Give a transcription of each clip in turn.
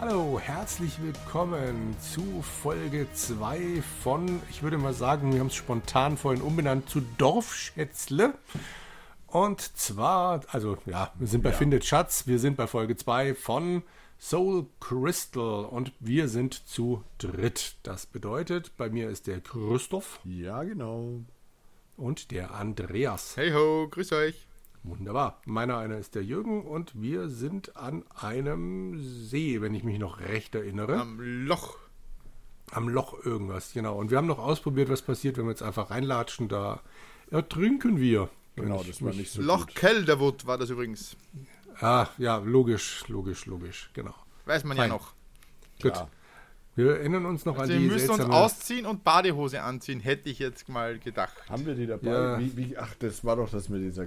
Hallo, herzlich willkommen zu Folge 2 von, ich würde mal sagen, wir haben es spontan vorhin umbenannt, zu Dorfschätzle. Und zwar, also ja, wir sind bei Findet Schatz, wir sind bei Folge 2 von Soul Crystal und wir sind zu dritt. Das bedeutet, bei mir ist der Christoph Ja, genau. und der Andreas. Hey ho, grüß euch. Wunderbar. Meiner einer ist der Jürgen und wir sind an einem See, wenn ich mich noch recht erinnere. Am Loch. Am Loch irgendwas, genau. Und wir haben noch ausprobiert, was passiert, wenn wir jetzt einfach reinlatschen. Da ertrinken wir. Genau, Wenn ich das war mich- nicht so Loch gut. Kelderwood war das übrigens. Ah, ja, logisch, logisch, logisch, genau. Weiß man Fein. ja noch. Gut. Wir erinnern uns noch an Sie die Also müssen uns seltsame... ausziehen und Badehose anziehen, hätte ich jetzt mal gedacht. Haben wir die dabei? Ja. Wie, wie, ach, das war doch das mit dieser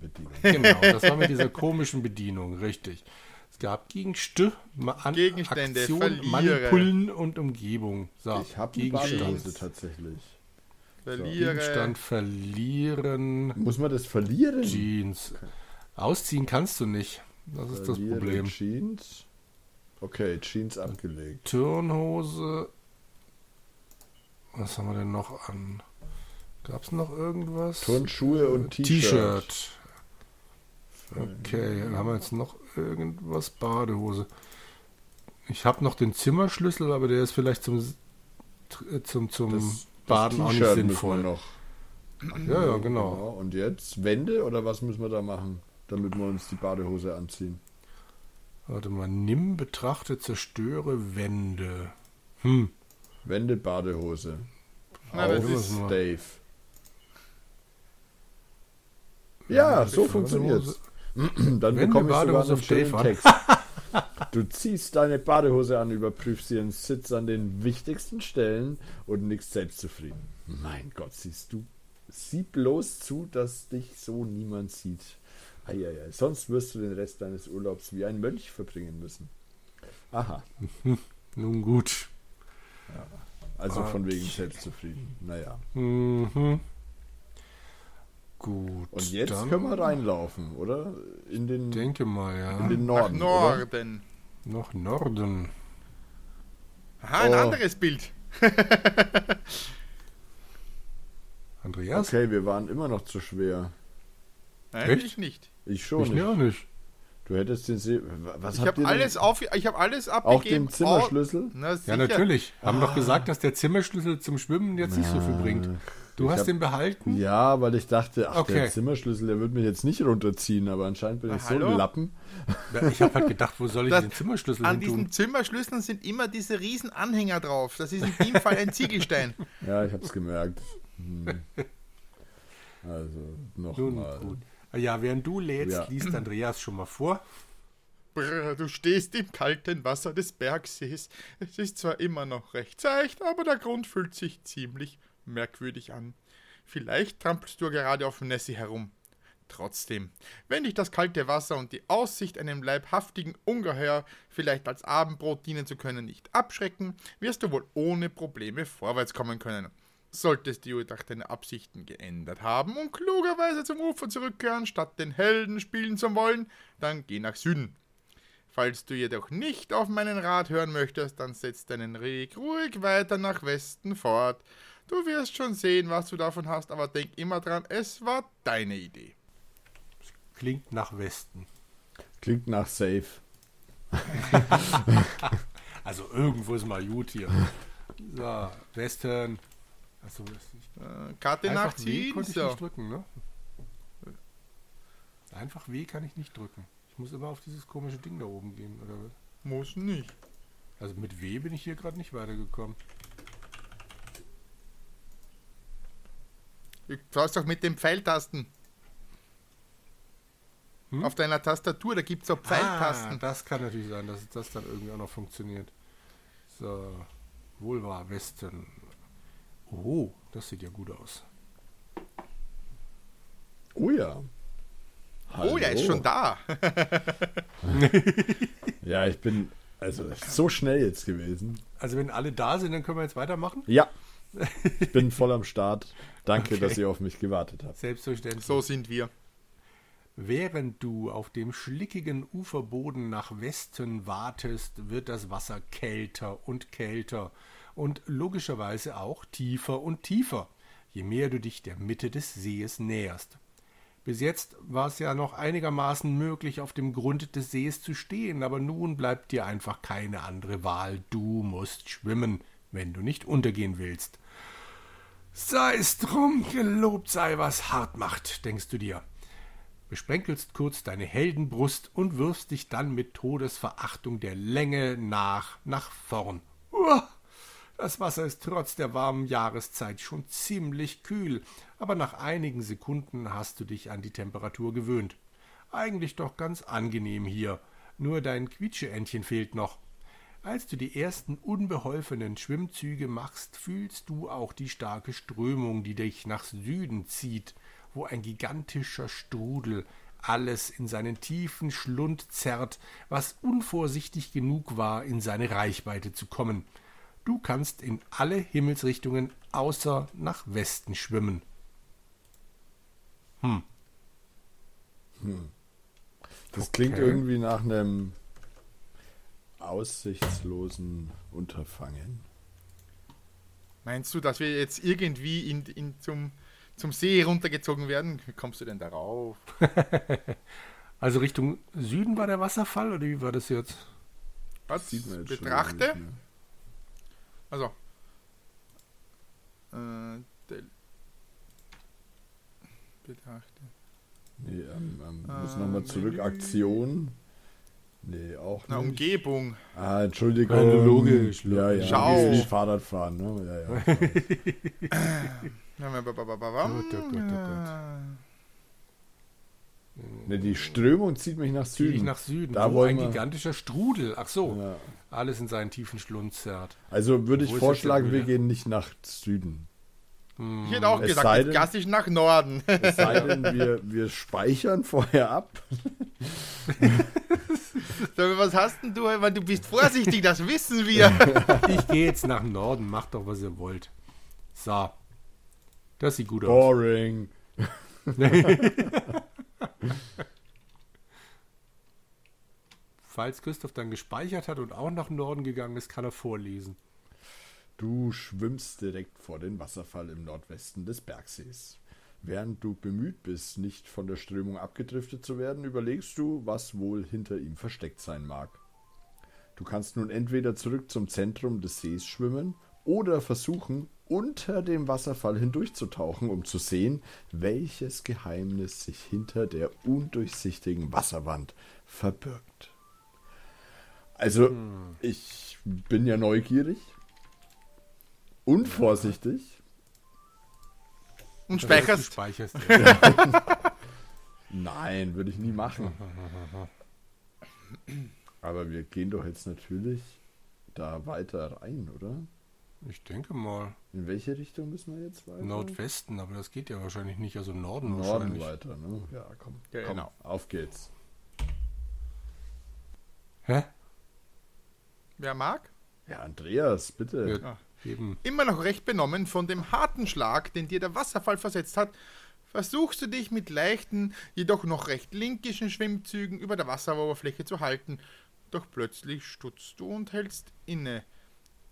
Bedienung. genau, das war mit dieser komischen Bedienung, richtig. Es gab Gegenstände, an Gegenstände, Aktion, Verliere. Manipulen und Umgebung. So, Ich habe die Gegenstand, Badehose tatsächlich. Verliere. Gegenstand verlieren, Muss man das verlieren? Jeans. Ausziehen kannst du nicht. Das ist das verlieren Problem. Jeans. Okay, Jeans abgelegt. Turnhose. Was haben wir denn noch an? Gab es noch irgendwas? Turnschuhe und T-Shirt. Äh, T-Shirt. Um Okay, dann haben wir jetzt noch irgendwas. Badehose. Ich habe noch den Zimmerschlüssel, aber der ist vielleicht zum, S- tr- zum, zum Das- Baden das auch nicht T-Shirt müssen wir sinnvoll. noch. Ja, ja, genau. Und jetzt Wände oder was müssen wir da machen, damit wir uns die Badehose anziehen? Warte mal. Nimm, betrachte, zerstöre Wände. Hm. Wände, Badehose. Na, Auf das ist, ist- Dave. Ja, so Badehose. funktioniert's. Dann Wände, bekomme ich sogar Badehose einen auf Dave schönen an. Text. Du ziehst deine Badehose an, überprüfst ihren Sitz an den wichtigsten Stellen und nickst selbstzufrieden. Mein Gott, siehst du, sieh bloß zu, dass dich so niemand sieht. Eieiei, sonst wirst du den Rest deines Urlaubs wie ein Mönch verbringen müssen. Aha, Nun gut. also von wegen Okay. selbstzufrieden. Naja. Mhm. Gut. Und jetzt dann können wir reinlaufen, oder? In den, Ich denke mal, in ja. den nach Norden. oder? Norden. Noch Norden. Aha, ein Oh. anderes Bild. Andreas? Okay, wir waren immer noch zu schwer. Nein, Echt? ich nicht. Ich schon. Ich nicht. ja nicht. Du hättest den See. Was Ich habt habe ihr denn- alles, auf, ich hab alles abgegeben. Auch den Zimmerschlüssel? Au- Na, sicher. Ja, Ah. natürlich. Haben doch gesagt, dass der Zimmerschlüssel zum Schwimmen jetzt nicht so viel bringt. Du ich hast hab- den Oh. behalten? Ja, weil ich dachte, ach, Okay. der Zimmerschlüssel, der wird mich jetzt nicht runterziehen, aber anscheinend bin ich so hallo? ein Lappen. Ich habe halt gedacht, wo soll ich Das- den Zimmerschlüssel An hin diesen tun? Zimmerschlüsseln sind immer diese riesen Anhänger drauf. Das ist in dem Fall ein Ziegelstein. Ja, ich hab's gemerkt. Hm. Also, Nun nochmal. gut. Ja, während du lädst, Ja. liest Andreas schon mal vor. Brr, du stehst im kalten Wasser des Bergsees. Es ist zwar immer noch recht seicht, aber der Grund fühlt sich ziemlich merkwürdig an. Vielleicht trampelst du gerade auf Nessie herum. Trotzdem, wenn dich das kalte Wasser und die Aussicht, einem leibhaftigen Ungeheuer vielleicht als Abendbrot dienen zu können, nicht abschrecken, wirst du wohl ohne Probleme vorwärts kommen können. Solltest du jedoch deine Absichten geändert haben und klugerweise zum Ufer zurückkehren, statt den Helden spielen zu wollen, dann geh nach Süden. Falls du jedoch nicht auf meinen Rat hören möchtest, dann setz deinen Weg ruhig weiter nach Westen fort. Du wirst schon sehen, was du davon hast, aber denk immer dran, es war deine Idee. Klingt nach Westen. Klingt nach Safe. Also irgendwo ist mal gut hier. So, Westen. Achso, Äh, Karte einfach W nachziehen. konnte ich So. nicht drücken, ne? Einfach W kann ich nicht drücken. Ich muss immer auf dieses komische Ding da oben gehen. Oder? was? Muss nicht. Also mit W bin ich hier gerade nicht weitergekommen. Du brauchst doch mit den Pfeiltasten. Hm? Auf deiner Tastatur, da gibt's auch Ah, Pfeiltasten. das kann natürlich sein, dass das dann irgendwie auch noch funktioniert. So, wohl war Westen. Oh, das sieht ja gut aus. Oh ja. oh, der ist Hallo. schon da. Ja, ich bin also so schnell jetzt gewesen. Also wenn alle da sind, dann können wir jetzt weitermachen. Ja. Ich bin voll am Start. Danke, Okay. dass ihr auf mich gewartet habt. Selbstverständlich. So sind wir. Während du auf dem schlickigen Uferboden nach Westen wartest, wird das Wasser kälter und kälter und logischerweise auch tiefer und tiefer, je mehr du dich der Mitte des Sees näherst. Bis jetzt war es ja noch einigermaßen möglich, auf dem Grund des Sees zu stehen, aber nun bleibt dir einfach keine andere Wahl. Du musst schwimmen, wenn du nicht untergehen willst. Sei es drum, gelobt sei, was hart macht, denkst du dir besprenkelst kurz deine Heldenbrust und wirfst dich dann mit Todesverachtung der Länge nach nach vorn. Uah! Das Wasser ist trotz der warmen Jahreszeit schon ziemlich kühl, aber nach einigen Sekunden hast du dich an die Temperatur gewöhnt. Eigentlich doch ganz angenehm hier, nur dein Quietscheentchen fehlt noch. Als du die ersten unbeholfenen Schwimmzüge machst, fühlst du auch die starke Strömung, die dich nach Süden zieht wo ein gigantischer Strudel alles in seinen tiefen Schlund zerrt, was unvorsichtig genug war, in seine Reichweite zu kommen. Du kannst in alle Himmelsrichtungen außer nach Westen schwimmen. Hm. Hm. Das klingt Okay. irgendwie nach einem aussichtslosen Unterfangen. Meinst du, dass wir jetzt irgendwie in, in zum, zum See runtergezogen werden? Wie kommst du denn darauf? Also Richtung Süden war der Wasserfall oder wie war das jetzt? Was? Sieht man jetzt schon lange Betrachte? nicht mehr. Also. Äh, del- betrachte. Nee, ähm, ähm, Ah, muss Äh, nochmal zurück. Menü. Aktion. Nee, auch Na, um nicht. Umgebung. Ah, Entschuldigung. Also logisch, Ja, ja. logisch. Schau. Wie Fahrradfahren, ne? Ja, ja. Ja, ba- ba- ba- ba- ba- Oh Gott, oh Gott, oh nee, die Strömung zieht mich nach Zieh dich Süden. nach Süden, Da wo wollen ein wir- gigantischer Strudel, ach so, Ja. alles in seinen tiefen Schlund zerrt. Also würde ich Wo ist jetzt vorschlagen, der wir Mühle? gehen nicht nach Süden. Ich hätte auch Hm, Es gesagt, sei jetzt denn- gassisch nach Norden. Es sei denn, wir, wir speichern vorher ab. So, Was hast denn du? Weil du bist vorsichtig, das wissen wir. Ich gehe jetzt nach Norden, macht doch, was ihr wollt. So. Das sieht gut aus. Boring. Falls Christoph dann gespeichert hat und auch nach Norden gegangen ist, kann er vorlesen. Du schwimmst direkt vor den Wasserfall im Nordwesten des Bergsees. Während du bemüht bist, nicht von der Strömung abgedriftet zu werden, überlegst du, was wohl hinter ihm versteckt sein mag. Du kannst nun entweder zurück zum Zentrum des Sees schwimmen oder versuchen, unter dem Wasserfall hindurchzutauchen, um zu sehen, welches Geheimnis sich hinter der undurchsichtigen Wasserwand verbirgt. Also, ich bin ja neugierig, unvorsichtig. Und Also Du speicherst. speicherst. Nein, würde ich nie machen. Aber wir gehen doch jetzt natürlich da weiter rein, oder? Ich denke mal. In welche Richtung müssen wir jetzt weiter? Nordwesten, aber das geht ja wahrscheinlich nicht. Also Norden, Norden wahrscheinlich. weiter, ne? Ja, komm. Ja, komm genau. Auf geht's. Hä? Wer mag? Ja, Andreas, bitte. Ja, eben. Immer noch recht benommen von dem harten Schlag, den dir der Wasserfall versetzt hat, versuchst du dich mit leichten, jedoch noch recht linkischen Schwimmzügen über der Wasseroberfläche zu halten. Doch plötzlich stutzt du und hältst inne,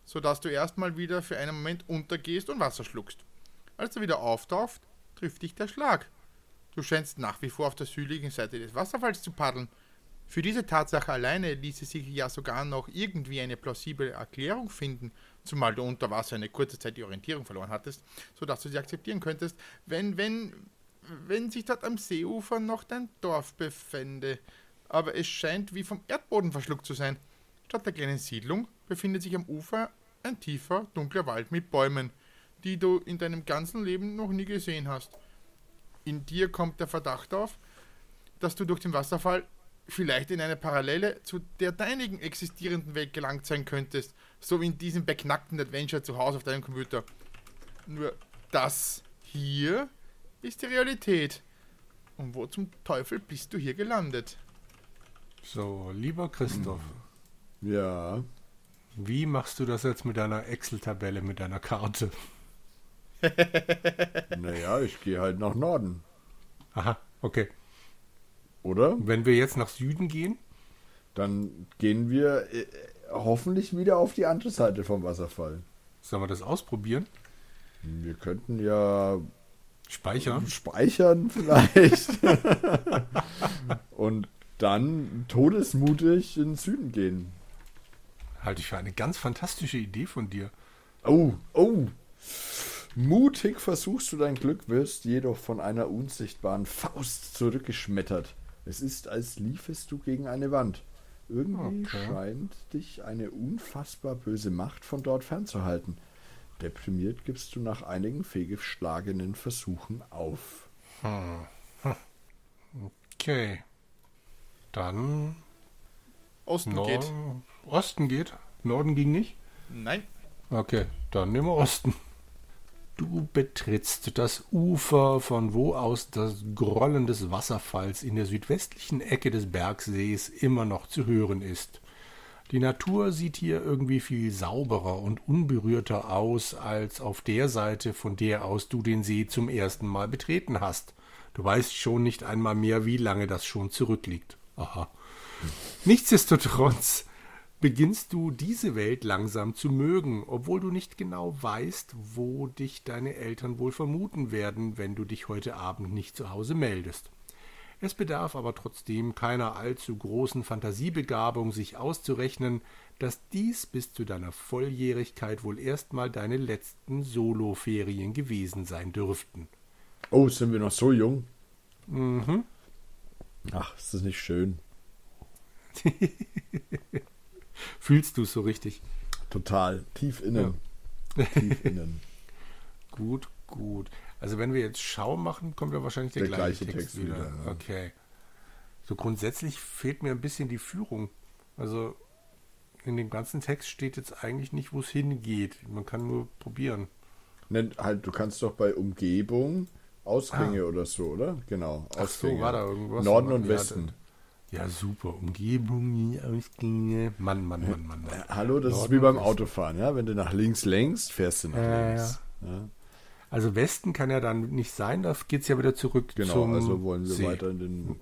sodass du erstmal wieder für einen Moment untergehst und Wasser schluckst. Als du wieder auftauchst, trifft dich der Schlag. Du scheinst nach wie vor auf der südlichen Seite des Wasserfalls zu paddeln. Für diese Tatsache alleine ließe sich ja sogar noch irgendwie eine plausible Erklärung finden, zumal du unter Wasser eine kurze Zeit die Orientierung verloren hattest, sodass du sie akzeptieren könntest, wenn, wenn, wenn sich dort am Seeufer noch dein Dorf befände. Aber es scheint wie vom Erdboden verschluckt zu sein. Statt der kleinen Siedlung befindet sich am Ufer ein tiefer, dunkler Wald mit Bäumen, die du in deinem ganzen Leben noch nie gesehen hast. In dir kommt der Verdacht auf, dass du durch den Wasserfall vielleicht in eine Parallele zu der deinigen existierenden Welt gelangt sein könntest, so wie in diesem beknackten Adventure zu Hause auf deinem Computer. Nur das hier ist die Realität. Und wo zum Teufel bist du hier gelandet? So, lieber Christoph, Ja. wie machst du das jetzt mit deiner Excel-Tabelle, mit deiner Karte? Naja, ich gehe halt nach Norden. Aha, okay. oder? Wenn wir jetzt nach Süden gehen, Dann gehen wir äh, hoffentlich wieder auf die andere Seite vom Wasserfall. sollen wir das ausprobieren? Wir könnten ja Speichern. speichern vielleicht. Und dann todesmutig in den Süden gehen. Halte ich für eine ganz fantastische Idee von dir. Oh, oh. Mutig versuchst du dein Glück, wirst jedoch von einer unsichtbaren Faust zurückgeschmettert. Es ist, als liefest du gegen eine Wand. Irgendwie Okay. scheint dich eine unfassbar böse Macht von dort fernzuhalten. Deprimiert gibst du nach einigen fehlgeschlagenen Versuchen auf. Okay. Dann Osten Nor- geht. Osten geht. Norden ging nicht. Nein. Okay, dann nehmen wir Osten. Du betrittst das Ufer, von wo aus das Grollen des Wasserfalls in der südwestlichen Ecke des Bergsees immer noch zu hören ist. Die Natur sieht hier irgendwie viel sauberer und unberührter aus als auf der Seite, von der aus du den See zum ersten Mal betreten hast. Du weißt schon nicht einmal mehr, wie lange das schon zurückliegt. Aha. Nichtsdestotrotz beginnst du diese Welt langsam zu mögen, obwohl du nicht genau weißt, wo dich deine Eltern wohl vermuten werden, wenn du dich heute Abend nicht zu Hause meldest. Es bedarf aber trotzdem keiner allzu großen Fantasiebegabung, sich auszurechnen, dass dies bis zu deiner Volljährigkeit wohl erstmal deine letzten Soloferien gewesen sein dürften. Oh, sind wir noch so jung? Mhm. Ach, ist das nicht schön? Fühlst du es so richtig? Total. Tief innen. Tief innen. Gut, gut. Also wenn wir jetzt Schau machen, kommt ja wahrscheinlich der, Der gleiche, gleiche Text Text wieder. wieder, ja. Okay. So grundsätzlich fehlt mir ein bisschen die Führung. Also in dem ganzen Text steht jetzt eigentlich nicht, wo es hingeht. Man kann nur probieren. Nenn, halt, du kannst doch bei Umgebung Ausgänge oder so, oder? Genau. Ah. Ach so, war da irgendwas? Norden und Ja, Westen. Ja, super. Umgebung, Ausgänge. Mann, Mann, Mann, Mann. Mann. Hallo, das ist Norden wie und beim Westen. Autofahren, ja? Wenn du nach links längst, fährst du nach Ja, links. Ja. Also Westen kann ja dann nicht sein, da geht es ja wieder zurück Genau, zum also wollen wir See. weiter in den,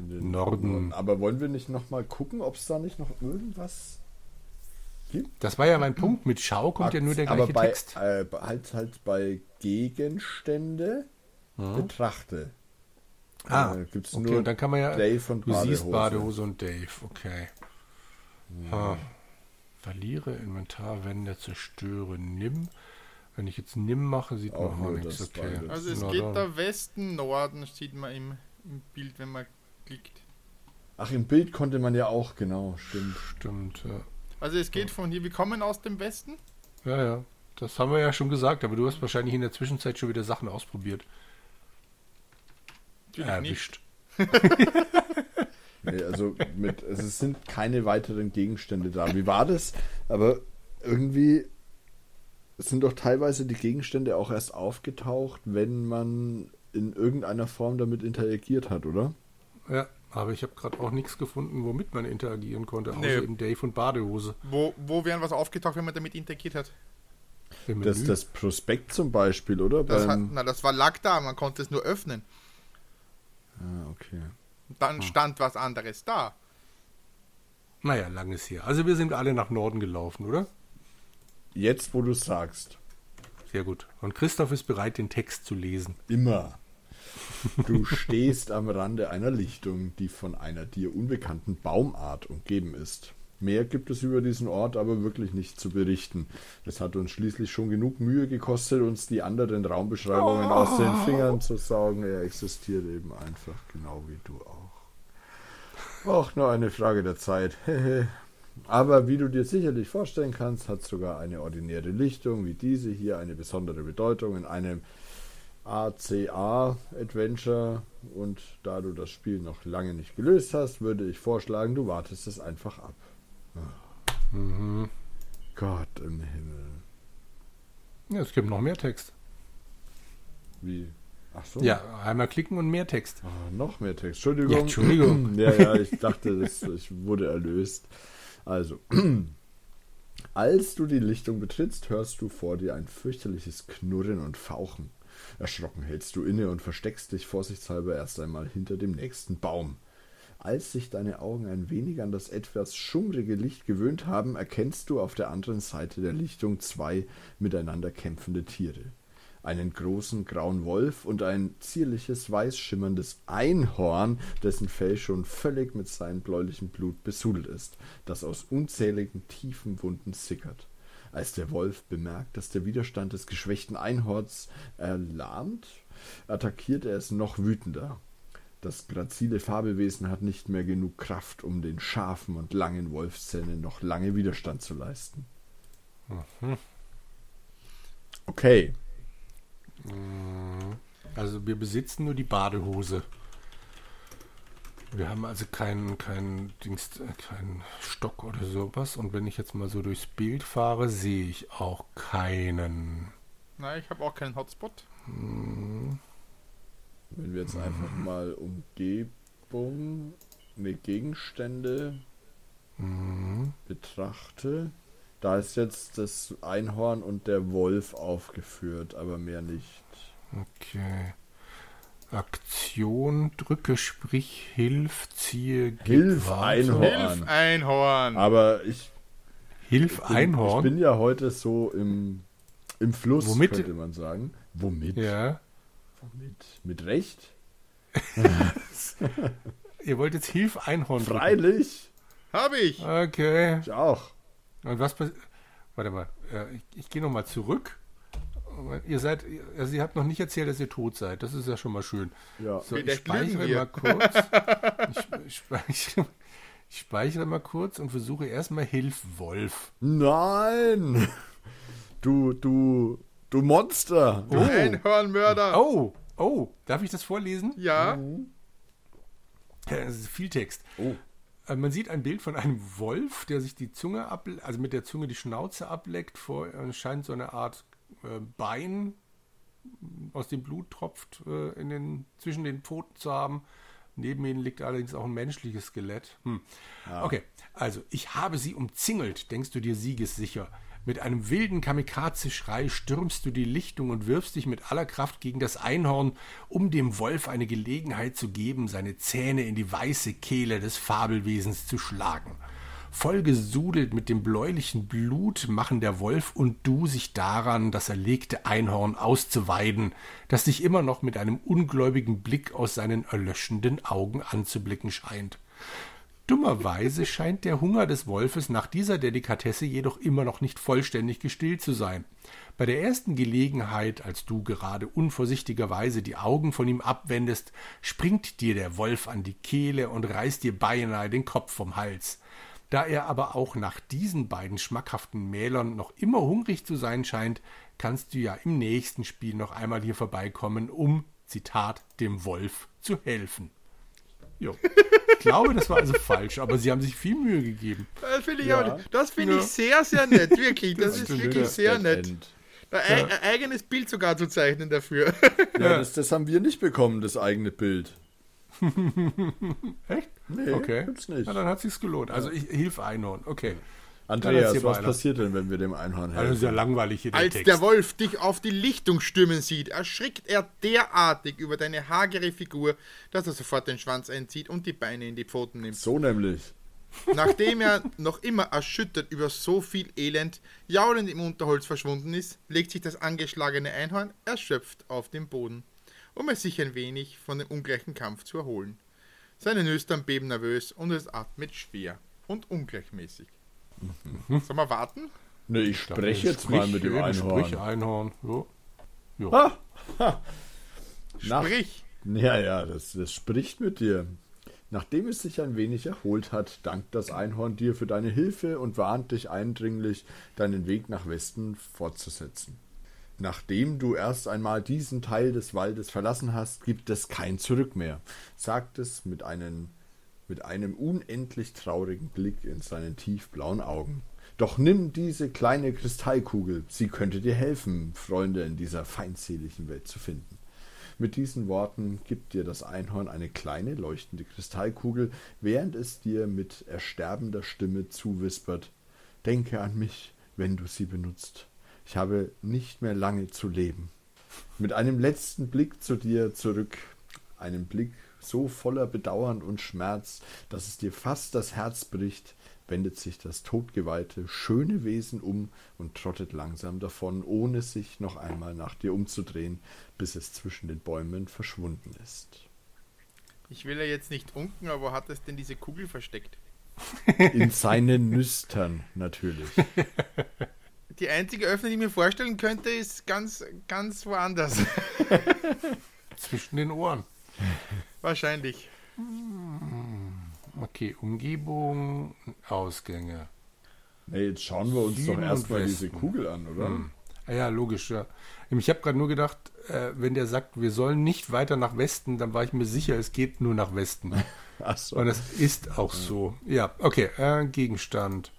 in den Norden. Aber wollen wir nicht nochmal gucken, ob es da nicht noch irgendwas Das war ja mein Punkt. Mit Schau kommt ja nur der gleiche aber bei, Text. Äh, bei- halt, halt bei Gegenstände betrachte. Hm? Ah, Äh, gibt's okay, nur und dann kann man ja. Dave und du siehst Badehose. Badehose und Dave, okay. Ha. Verliere Inventar, Wände, zerstöre, nimm. Wenn ich jetzt nimm mache, sieht Auch man auch nur nichts. das Okay. beides. Also es Na geht dann. da Westen, Norden, sieht man im, im Bild, wenn man klickt. Ach, im Bild konnte man ja auch, genau, stimmt. Stimmt, ja. Also es geht von hier, wir kommen aus dem Westen. ja, ja. Das haben wir ja schon gesagt, aber du hast wahrscheinlich in der Zwischenzeit schon wieder Sachen ausprobiert. Natürlich nicht. Erwischt. Nee, also, mit, also es sind keine weiteren Gegenstände da. Wie war das? Aber irgendwie sind doch teilweise die Gegenstände auch erst aufgetaucht, wenn man in irgendeiner Form damit interagiert hat, oder? Ja, aber ich habe gerade auch nichts gefunden, womit man interagieren konnte, außer Nee. eben Dave und Badehose. Wo, wo wären was aufgetaucht, wenn man damit interagiert hat? Im Das, Menü. das Prospekt zum Beispiel, oder? Das, hat, Beim- na, das war lag da, man konnte es nur öffnen. ah, okay. Und Ah. dann stand was anderes da. Naja, lang ist hier. Also wir sind alle nach Norden gelaufen, oder? Jetzt, wo du es sagst. Sehr gut. Und Christoph ist bereit, den Text zu lesen. Immer. Du stehst am Rande einer Lichtung, die von einer dir unbekannten Baumart umgeben ist. Mehr gibt es über diesen Ort aber wirklich nicht zu berichten. Es hat uns schließlich schon genug Mühe gekostet, uns die anderen Raumbeschreibungen aus den Fingern zu saugen. Er existiert eben einfach genau wie du auch. Auch nur eine Frage der Zeit. Hehe. Aber wie du dir sicherlich vorstellen kannst, hat sogar eine ordinäre Lichtung wie diese hier eine besondere Bedeutung in einem ACA Adventure und da du das Spiel noch lange nicht gelöst hast, würde ich vorschlagen, du wartest es einfach ab. Gott im Himmel. Ja, es gibt noch mehr Text. Wie? Ach so. Ja, einmal klicken und mehr Text. Ah, noch mehr Text. Entschuldigung. Ja, Entschuldigung. ja, ja, ich dachte, das, ich wurde erlöst. Also, als du die Lichtung betrittst, hörst du vor dir ein fürchterliches Knurren und Fauchen. Erschrocken hältst du inne und versteckst dich vorsichtshalber erst einmal hinter dem nächsten Baum. Als sich deine Augen ein wenig an das etwas schummrige Licht gewöhnt haben, erkennst du auf der anderen Seite der Lichtung zwei miteinander kämpfende Tiere. Einen großen grauen Wolf und ein zierliches weiß schimmerndes Einhorn, dessen Fell schon völlig mit seinem bläulichen Blut besudelt ist, das aus unzähligen tiefen Wunden sickert. Als der Wolf bemerkt, dass der Widerstand des geschwächten Einhorns erlahmt, attackiert er es noch wütender. Das grazile Fabelwesen hat nicht mehr genug Kraft, um den scharfen und langen Wolfszähnen noch lange Widerstand zu leisten. Okay. Also wir besitzen nur die Badehose. Wir haben also keinen kein Dings, keinen Stock oder sowas. Und wenn ich jetzt mal so durchs Bild fahre, sehe ich auch keinen. Nein, ich habe auch keinen Hotspot. Wenn wir jetzt einfach mal Umgebung, ne, Gegenstände Mhm. betrachte, da ist jetzt das Einhorn und der Wolf aufgeführt, aber mehr nicht. Okay. Aktion, drücke, sprich, hilf, ziehe, gib Hilf, Warte. Einhorn. Horn. Ah. Hilf, Einhorn! Aber ich Hilf, bin, ich Einhorn. bin ja heute so im, im Fluss, Womit? könnte man sagen. Womit? ja. Womit? Mit Recht? Ihr wollt jetzt Hilf, Einhorn. drücken. Freilich! Hab ich! Okay. Ich auch. Und was passiert? Warte mal, äh, ich, ich gehe nochmal zurück. Moment, Ihr seid, also ihr habt noch nicht erzählt, dass ihr tot seid. Das ist ja schon mal schön. Ja. So, Wie ich nett speichere lügen wir. mal kurz. Ich, ich, speichere, ich speichere mal kurz und versuche erstmal Hilf Wolf. Nein! Du, du, du Monster! Oh. Einhornmörder! oh, oh, darf ich das vorlesen? Ja, Das ist viel Text. Oh. Äh, Man sieht ein Bild von einem Wolf, der sich die Zunge ab, also mit der Zunge die Schnauze ableckt, vor, äh, scheint so eine Art äh, Bein m, aus dem Blut tropft äh, in den, zwischen den Pfoten zu haben. Neben ihnen liegt allerdings auch ein menschliches Skelett. Hm. Okay, also ich habe sie umzingelt, denkst du dir siegessicher. Mit einem wilden Kamikaze-Schrei stürmst du die Lichtung und wirfst dich mit aller Kraft gegen das Einhorn, um dem Wolf eine Gelegenheit zu geben, seine Zähne in die weiße Kehle des Fabelwesens zu schlagen. Vollgesudelt mit dem bläulichen Blut machen der Wolf und du sich daran, das erlegte Einhorn auszuweiden, das dich immer noch mit einem ungläubigen Blick aus seinen erlöschenden Augen anzublicken scheint. Dummerweise scheint der Hunger des Wolfes nach dieser Delikatesse jedoch immer noch nicht vollständig gestillt zu sein. Bei der ersten Gelegenheit, als du gerade unvorsichtigerweise die Augen von ihm abwendest, springt dir der Wolf an die Kehle und reißt dir beinahe den Kopf vom Hals. Da er aber auch nach diesen beiden schmackhaften Mählern noch immer hungrig zu sein scheint, kannst du ja im nächsten Spiel noch einmal hier vorbeikommen, um, Zitat, dem Wolf zu helfen. Jo. Ich glaube, das war also falsch, aber sie haben sich viel Mühe gegeben. das finde ich, Ja. aber- das find Ja. ich sehr, sehr nett. Wirklich, das, ist ist wirklich ein sehr Dead nett. End. Ein, ein eigenes Bild sogar zu zeichnen dafür. Ja, das, das haben wir nicht bekommen, das eigene Bild. Echt? Nee, okay. gibt's nicht. Na, dann hat sich's gelohnt. Also ich hilf Einhorn. Okay. Dann Andreas, erzähl was mal einer. passiert denn, wenn wir dem Einhorn Also das ist ja helfen? langweilig hier der Als Text. der Wolf dich auf die Lichtung stürmen sieht, erschrickt er derartig über deine hagere Figur, dass er sofort den Schwanz einzieht und die Beine in die Pfoten nimmt. So nämlich. Nachdem er noch immer erschüttert über so viel Elend jaulend im Unterholz verschwunden ist, legt sich das angeschlagene Einhorn erschöpft auf den Boden, um es sich ein wenig von dem ungleichen Kampf zu erholen. Seine Nüstern beben nervös und es atmet schwer und ungleichmäßig. Sollen wir warten? Ne, ich Dann spreche jetzt also sprich mal mit dem eben, Einhorn. Sprich Einhorn. Jo. Jo. Ah, Nach, Sprich! ja, ja, das, das spricht mit dir. Nachdem es sich ein wenig erholt hat, dankt das Einhorn dir für deine Hilfe und warnt dich eindringlich, deinen Weg nach Westen fortzusetzen. Nachdem du erst einmal diesen Teil des Waldes verlassen hast, gibt es kein Zurück mehr, sagt es mit, einen, mit einem unendlich traurigen Blick in seinen tiefblauen Augen. Doch nimm diese kleine Kristallkugel, sie könnte dir helfen, Freunde in dieser feindseligen Welt zu finden. Mit diesen Worten gibt dir das Einhorn eine kleine leuchtende Kristallkugel, während es dir mit ersterbender Stimme zuwispert Denke an mich, wenn du sie benutzt. Ich habe nicht mehr lange zu leben. Mit einem letzten Blick zu dir zurück, einem Blick so voller Bedauern und Schmerz, dass es dir fast das Herz bricht, wendet sich das todgeweihte, schöne Wesen um und trottet langsam davon, ohne sich noch einmal nach dir umzudrehen, bis es zwischen den Bäumen verschwunden ist. Ich will ja jetzt nicht unken, aber wo hat es denn diese Kugel versteckt? In seinen Nüstern natürlich. Die einzige Öffnung, die ich mir vorstellen könnte, ist ganz, ganz woanders. Zwischen den Ohren. Wahrscheinlich. Okay, Umgebung, Ausgänge. Nee, jetzt schauen wir uns Süden doch und erstmal diese Westen. Kugel an, oder? Ah ja, logisch, ja. Ich habe gerade nur gedacht, äh, wenn der sagt, wir sollen nicht weiter nach Westen, dann war ich mir sicher, es geht nur nach Westen. Achso. Und das ist auch so. Ja, okay, äh, Gegenstand.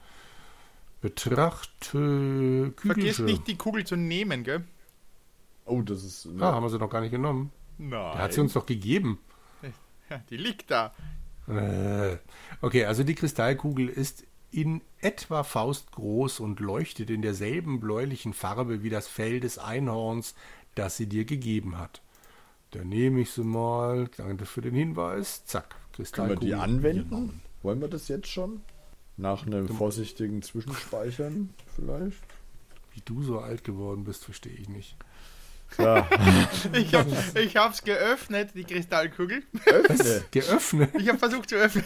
Betrachte Vergiss Kügelsche. nicht, die Kugel zu nehmen, gell? Oh, das ist. Ah, haben wir sie noch gar nicht genommen. Nein. Er hat sie uns doch gegeben. Die liegt da. Äh, Okay, also die Kristallkugel ist in etwa faustgroß und leuchtet in derselben bläulichen Farbe wie das Fell des Einhorns, das sie dir gegeben hat. Dann nehme ich sie mal. Danke für den Hinweis. Zack, Können wir Kristallkugel. die anwenden? Wollen wir das jetzt schon? Nach einem vorsichtigen Zwischenspeichern vielleicht? Wie du so alt geworden bist, verstehe ich nicht. Ja, Ich, hab, ich hab's geöffnet, die Kristallkugel. öffne. Geöffnet. Ich hab versucht zu öffnen.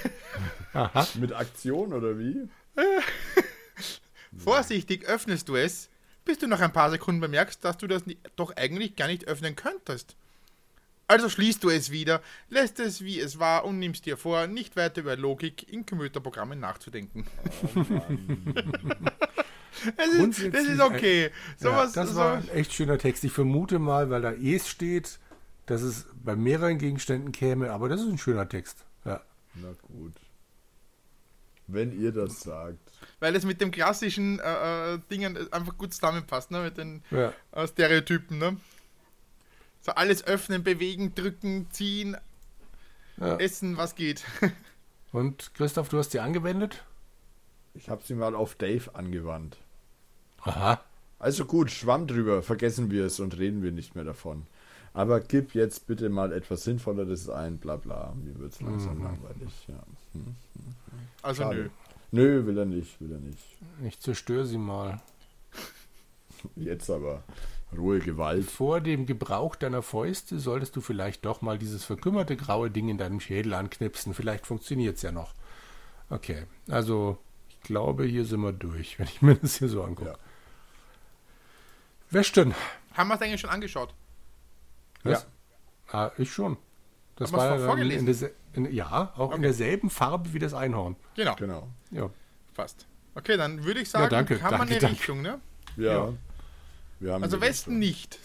Aha. Mit Aktion oder wie? Vorsichtig öffnest du es, bis du nach ein paar Sekunden bemerkst, dass du das ni- doch eigentlich gar nicht öffnen könntest. Also schließt du es wieder, lässt es wie es war und nimmst dir vor, nicht weiter über Logik in Computerprogrammen nachzudenken. Oh es ist, das Grundsätzlich ist okay. Ja, Sowas, das so, war ein echt schöner Text. Ich vermute mal, weil da es steht, dass es bei mehreren Gegenständen käme, aber das ist ein schöner Text. Ja. Na gut. Wenn ihr das sagt. weil es mit dem klassischen äh, äh, Dingen einfach gut zusammenpasst, ne? mit den ja. äh, Stereotypen. Ne? So alles öffnen, bewegen, drücken, ziehen, Ja. essen, was geht. Und Christoph, du hast die angewendet? Ich habe sie mal auf Dave angewandt. Aha. Also gut, schwamm drüber, vergessen wir es und reden wir nicht mehr davon. Aber gib jetzt bitte mal etwas Sinnvolleres ein, bla bla. Mir wird's langsam langweilig. Ja. Also Schade. nö. Nö, will er nicht, will er nicht. Ich zerstöre sie mal. Jetzt aber Ruhe, Gewalt. Vor dem Gebrauch deiner Fäuste solltest du vielleicht doch mal dieses verkümmerte graue Ding in deinem Schädel anknipsen. Vielleicht funktioniert es ja noch. Okay, also ich glaube, hier sind wir durch, wenn ich mir das hier so angucke. Ja. Westen. Haben wir es eigentlich schon angeschaut? Was? Ah, ich schon. Das Haben war wir's vor- ja dann in vorgelesen? derse- in, ja, auch in derselben Farbe wie das Einhorn. Genau, Genau. Ja. fast. Okay, dann würde ich sagen, Ja, danke, haben wir danke, eine danke. Richtung, ne? Ja. Ja. Wir haben Also die Westen nicht.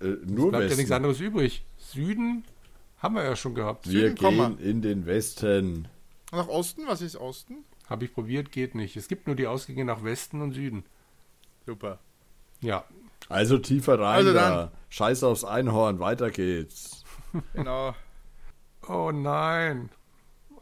Richtung. Äh, nur Bleibt ja nichts Westen. anderes übrig. Süden haben wir ja schon gehabt. wir Süden, Komma. gehen in den Westen. Und Nach Osten, was ist Osten? Habe ich probiert, geht nicht. Es gibt nur die Ausgänge nach Westen und Süden. Super. Ja. Also tiefer rein Also da. Scheiß aufs Einhorn, weiter geht's. Genau. Oh nein.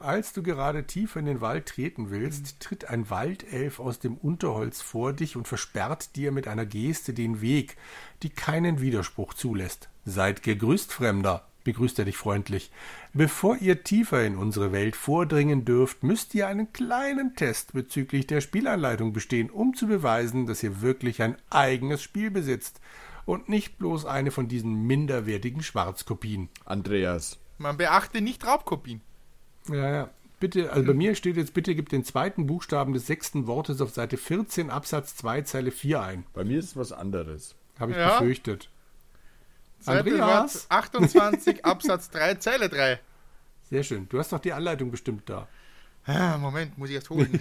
Als du gerade tief in den Wald treten willst, tritt ein Waldelf aus dem Unterholz vor dich und versperrt dir mit einer Geste den Weg, die keinen Widerspruch zulässt. Seid gegrüßt, Fremder, begrüßt er dich freundlich. Bevor ihr tiefer in unsere Welt vordringen dürft, müsst ihr einen kleinen Test bezüglich der Spielanleitung bestehen, um zu beweisen, dass ihr wirklich ein eigenes Spiel besitzt und nicht bloß eine von diesen minderwertigen Schwarzkopien. Andreas. Man beachte nicht Raubkopien. Ja, ja. Bitte, also bei mir steht jetzt, bitte gib den zweiten Buchstaben des sechsten Wortes auf Seite 14 Absatz 2 Zeile 4 ein. Bei mir ist was anderes. Habe ich Ja. befürchtet. Seite Andreas? 28, Absatz 3, Zeile 3. Sehr schön. Du hast doch die Anleitung bestimmt da. Ah, Moment, muss ich erst holen.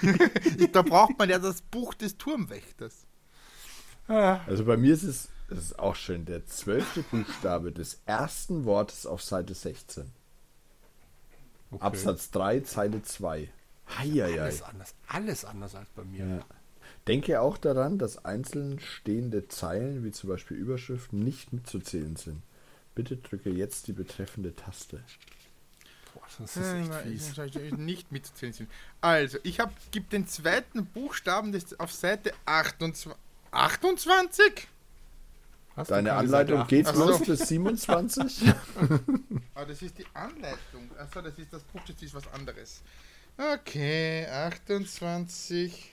Ich- da braucht man ja das Buch des Turmwächters. Also bei mir ist es, das ist auch schön, der zwölfte Buchstabe des ersten Wortes auf Seite 16. Okay. Absatz 3, Zeile 2. Heieiei. Alles anders. Alles anders als bei mir. Ja. Denke auch daran, dass einzeln stehende Zeilen, wie zum Beispiel Überschriften, nicht mitzuzählen sind. Bitte drücke jetzt die betreffende Taste. Boah, das ist echt fies. Äh, Nicht mitzuzählen sind. Also, ich hab, gib den zweiten Buchstaben des, auf Seite 28. 28? Hast du Deine keine Anleitung Seite geht's Ach so. los bis 27? Ah, das ist die Anleitung. Achso, das ist das Buch, das ist was anderes. Okay, 28.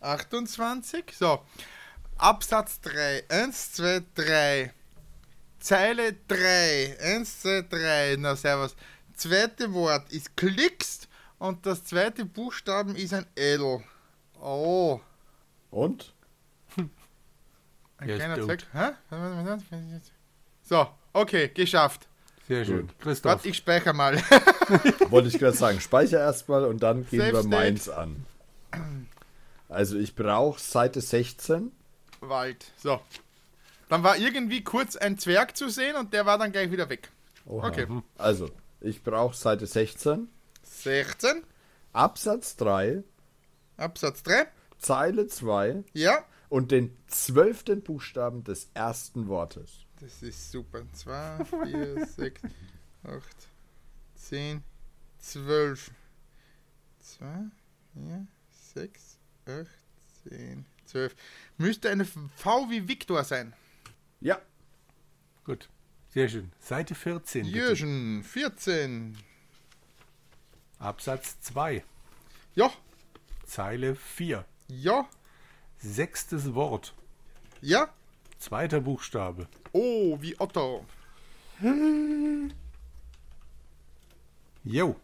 28, so. Absatz 3, 1, 2, 3. Zeile 3, 1, 2, 3. Na, servus. Zweite Wort ist klickst und das zweite Buchstaben ist ein L. Oh. Und? Ein Ja, ist kleiner dope. Zweck. Hä? So, okay, geschafft. Sehr schön. Christoph. Warte, ich speichere mal. Wollte ich gerade sagen, speicher erstmal und dann gehen Save wir state. meins an. Also ich brauche Seite 16. Wald. So. Dann war irgendwie kurz ein Zwerg zu sehen und der war dann gleich wieder weg. Oha. Okay. Also, ich brauche Seite 16, 16, Absatz 3, Absatz 3. Zeile 2 Ja, und den zwölften Buchstaben des ersten Wortes. das ist super. 2, 4, 6, 8, 10, 12. 2, 4, 6, 8, 10, 12. Müsste eine V wie Viktor sein. Ja, Gut. Sehr schön. Seite 14. Bitte. Jürgen, 14. Absatz 2. Ja, Zeile 4. ja, Sechstes Wort. ja. Zweiter Buchstabe. Oh, wie Otto. Jo.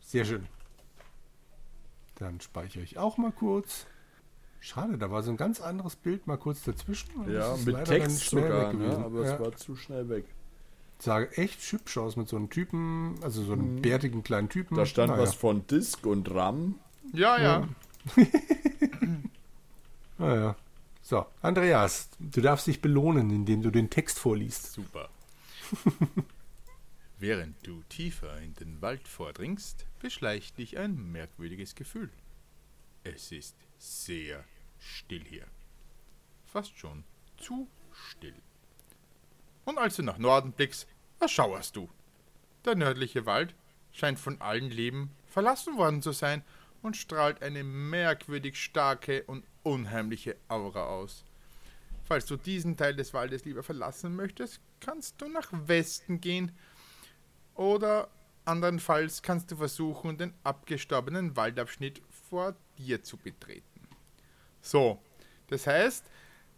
Sehr schön. Dann speichere ich auch mal kurz. Schade, da war so ein ganz anderes Bild mal kurz dazwischen. und ja das ist mit leider dann Text schnell weg sogar, ne? gewesen. aber Ja. es war zu schnell weg. sah echt hübsch aus mit so einem Typen, also so einem bärtigen kleinen Typen. Mhm. Da stand Naja. was von Disk und RAM. Ja, ja. Naja. So, Andreas, du darfst dich belohnen, indem du den Text vorliest. Super. Während du tiefer in den Wald vordringst, beschleicht dich ein merkwürdiges Gefühl. Es ist sehr still hier. Fast schon zu still. Und als du nach Norden blickst, erschauerst du. Der nördliche Wald scheint von allen Leben verlassen worden zu sein und strahlt eine merkwürdig starke und unheimliche Aura aus. Falls du diesen Teil des Waldes lieber verlassen möchtest, kannst du nach Westen gehen. Oder andernfalls kannst du versuchen, den abgestorbenen Waldabschnitt vor dir zu betreten. So, das heißt,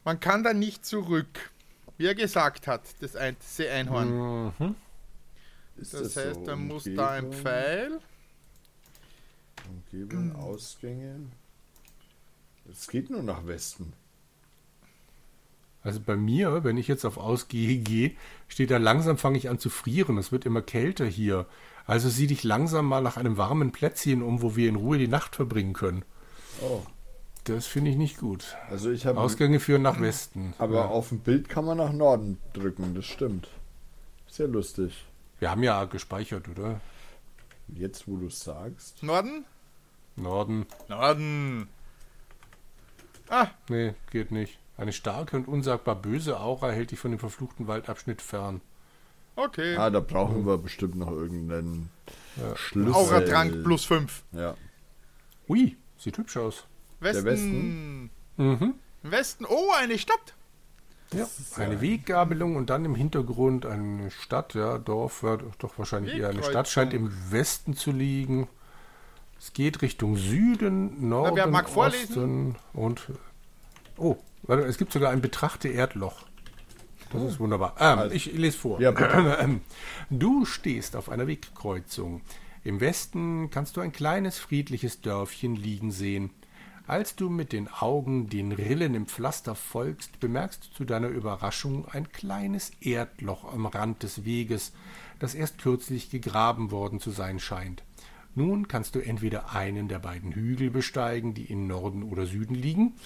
man kann da nicht zurück. Wie er gesagt hat, das ein Seeeinhorn. Ist Das so? heißt, er muss da ein Umgebung, Pfeil. Umgebung, Ausgänge. Es geht nur nach Westen. Also bei mir, wenn ich jetzt auf Ausgehe gehe, steht da langsam fange ich an zu frieren. Es wird immer kälter hier. Also sieh dich langsam mal nach einem warmen Plätzchen um, wo wir in Ruhe die Nacht verbringen können. Oh, Das finde ich nicht gut. also ich habe Ausgänge führen nach Westen. Aber auf dem Bild kann man nach Norden drücken, das stimmt. Sehr lustig. Wir haben ja gespeichert, oder? Jetzt, wo du es sagst. Norden? Norden. Norden! Ah, Nee, geht nicht. Eine starke und unsagbar böse Aura hält dich von dem verfluchten Waldabschnitt fern. okay. Ah, da brauchen wir bestimmt noch irgendeinen Schlüssel. Auratrank plus 5. Ja. Ui, sieht hübsch aus. Westen. Westen. Mhm. Westen. Oh, eine Stadt. Ja, eine Weggabelung und dann im Hintergrund eine Stadt, ja, Dorf, ja, doch wahrscheinlich eher eine Stadt, scheint im Westen zu liegen. Es geht Richtung Süden, Norden, wer mag Osten vorlesen? und... Oh, warte, es gibt sogar ein betrachte Erdloch. Das ist wunderbar. Ähm, ich lese vor. Ähm, Ja, du stehst auf einer Wegkreuzung. Im Westen kannst du ein kleines friedliches Dörfchen liegen sehen. Als du mit den Augen den Rillen im Pflaster folgst, bemerkst du zu deiner Überraschung ein kleines Erdloch am Rand des Weges, das erst kürzlich gegraben worden zu sein scheint. Nun kannst du entweder einen der beiden Hügel besteigen, die in Norden oder Süden liegen,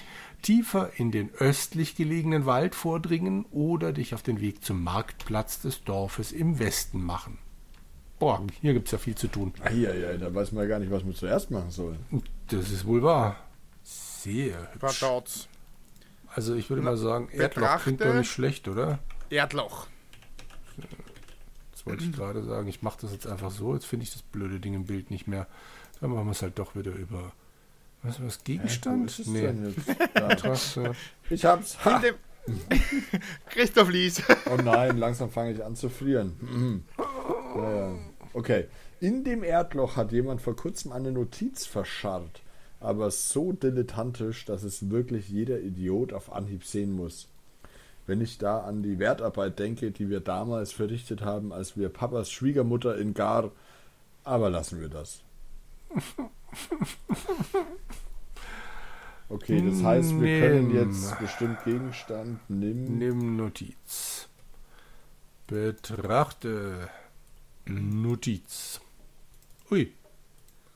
tiefer in den östlich gelegenen Wald vordringen oder dich auf den Weg zum Marktplatz des Dorfes im Westen machen. Boah, hier gibt's ja viel zu tun. Eieiei, da weiß man ja gar nicht, was man zuerst machen soll. Das ist wohl wahr. Sehr hübsch. Verdauts. Also ich würde mal sagen, Erdloch betrachte- klingt doch nicht schlecht, oder? Erdloch. Das wollte ich gerade sagen. Ich mache das jetzt einfach so. Jetzt finde ich das blöde Ding im Bild nicht mehr. Dann machen wir es halt doch wieder über. Was was Wo Gegenstand? ist es nee. denn jetzt? Da. Trasse. Ich hab's. Ha! In dem, Christoph Lies. Oh nein, langsam fange ich an zu frieren. Mhm. Ja, ja. Okay. In dem Erdloch hat jemand vor kurzem eine Notiz verscharrt, aber so dilettantisch, dass es wirklich jeder Idiot auf Anhieb sehen muss. Wenn ich da an die Wertarbeit denke, die wir damals verrichtet haben, als wir Papas Schwiegermutter in Gar. Aber lassen wir das. Okay, das heißt, wir Nimm. können jetzt bestimmt Gegenstand nimm. Nimm Notiz. Betrachte Notiz. Ui.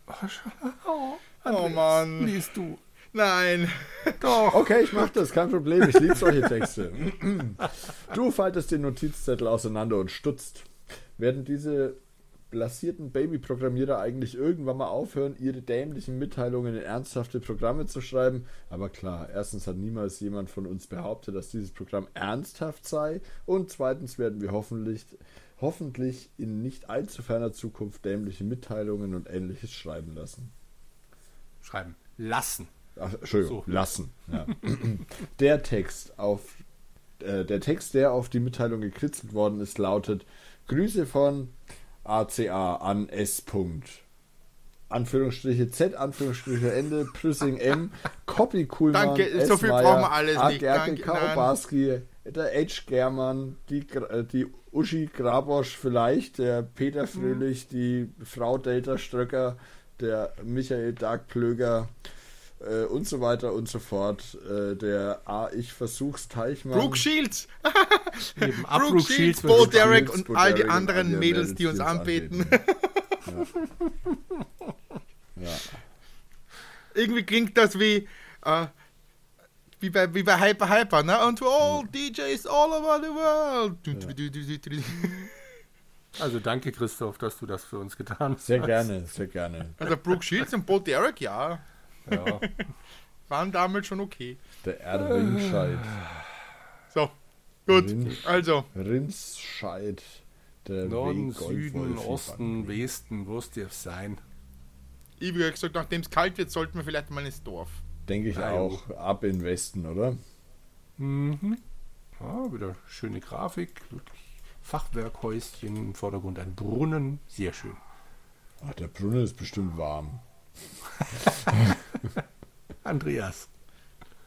Ach, schau. Oh Mann. Liest du. Nein. Doch. Okay, ich mach das, kein Problem, ich liebe solche Texte. Du faltest den Notizzettel auseinander und stutzt. Werden diese blasierten Babyprogrammierer eigentlich irgendwann mal aufhören, ihre dämlichen Mitteilungen in ernsthafte Programme zu schreiben? Aber klar, erstens hat niemals jemand von uns behauptet, dass dieses Programm ernsthaft sei und zweitens werden wir hoffentlich hoffentlich in nicht allzu ferner Zukunft dämliche Mitteilungen und ähnliches schreiben lassen. Schreiben. Lassen. Ach, Entschuldigung, So. lassen. Ja. der Text auf äh, der Text, der auf die Mitteilung gekritzelt worden ist, lautet Grüße von ACA an S. Punkt. Anführungsstriche Z, Anführungsstriche Ende, Prüssing M, Copy Kuhlmann, Danke, S. so viel Meier, brauchen wir alles A. nicht. Gerke, Danke, nein. K. Obarski, der H. Germann, die, Gra- äh, die Uschi Grabosch vielleicht, der Mhm. Peter Fröhlich, die Frau Delta Ströcker, der Michael Darkplöger, äh, und so weiter und so fort. Äh, der A. Ich versuch's Teichmann. Brooke Shields. Eben Brooke Abruf Shields, Shields. Bo wird- Derek Shields, und Bo all die Derek und anderen alle Mädels, die uns anbeten. Ja. Irgendwie klingt das wie, äh, wie, bei, wie bei Hyper Hyper, ne? Und to all DJs all over the world. Du, du, du, du, du, du. Also danke, Christoph, dass du das für uns getan hast. Sehr gerne, sehr gerne. Also Brooke Shields und Bo Derek, ja, Ja. waren damals schon okay. Der R. Ringscheid. Ah. So, gut. Rinsch- Also, Rinscheid. Der Norden, W. Goldwolf Süden, in Osten, Westen, wo es dir sein. ich habe gesagt, nachdem es kalt wird, sollten wir vielleicht mal ins Dorf. Baden. Denke ich Ah, jo. auch. Ab in Westen, oder? Mhm. Ja, wieder schöne Grafik, wirklich Fachwerkhäuschen im Vordergrund, ein Brunnen, sehr schön. Ach, der Brunnen ist bestimmt warm. Andreas.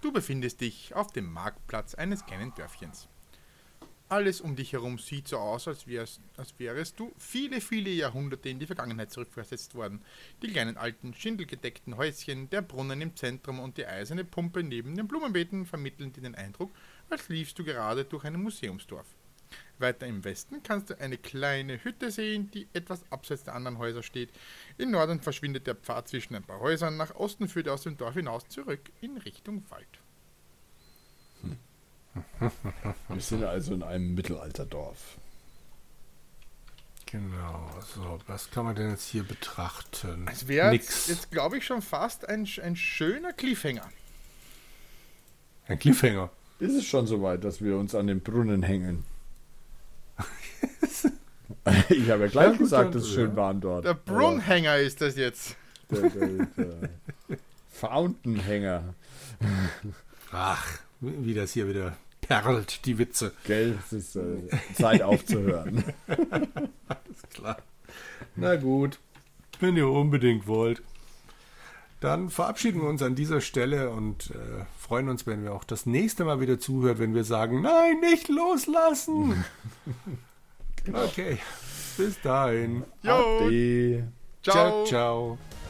Du befindest dich auf dem Marktplatz eines kleinen Dörfchens. Alles um dich herum sieht so aus, als, wärst, als wärest du viele, viele Jahrhunderte in die Vergangenheit zurückversetzt worden. Die kleinen alten, schindelgedeckten Häuschen, der Brunnen im Zentrum und die eiserne Pumpe neben den Blumenbeeten vermitteln dir den Eindruck, als liefst du gerade durch ein Museumsdorf. Weiter im Westen kannst du eine kleine Hütte sehen, die etwas abseits der anderen Häuser steht. Im Norden verschwindet der Pfad zwischen ein paar Häusern, nach Osten führt er aus dem Dorf hinaus zurück in Richtung Wald. Wir sind also in einem Mittelalterdorf. Genau, so, was kann man denn jetzt hier betrachten? Es wäre Nix. jetzt, Also jetzt glaube ich, schon fast ein, sch- ein schöner Cliffhanger. Ein Cliffhanger. Ist es schon soweit, dass wir uns an den Brunnen hängen? ich habe ja Ja, gleich gut, gesagt, dann- es ist schön ja. warm dort. Der Aber- Brunnhänger ist das jetzt. Der, der, der Fountainhänger. Ach, wie wie das hier wieder perlt, die Witze. Gell, es ist äh, Zeit aufzuhören. Ist klar. Na gut, wenn ihr unbedingt wollt. Dann verabschieden wir uns an dieser Stelle und äh, freuen uns, wenn wir auch das nächste Mal wieder zuhört, wenn wir sagen, nein, nicht loslassen. Okay, bis dahin. Jo, Ade. ciao. ciao. ciao.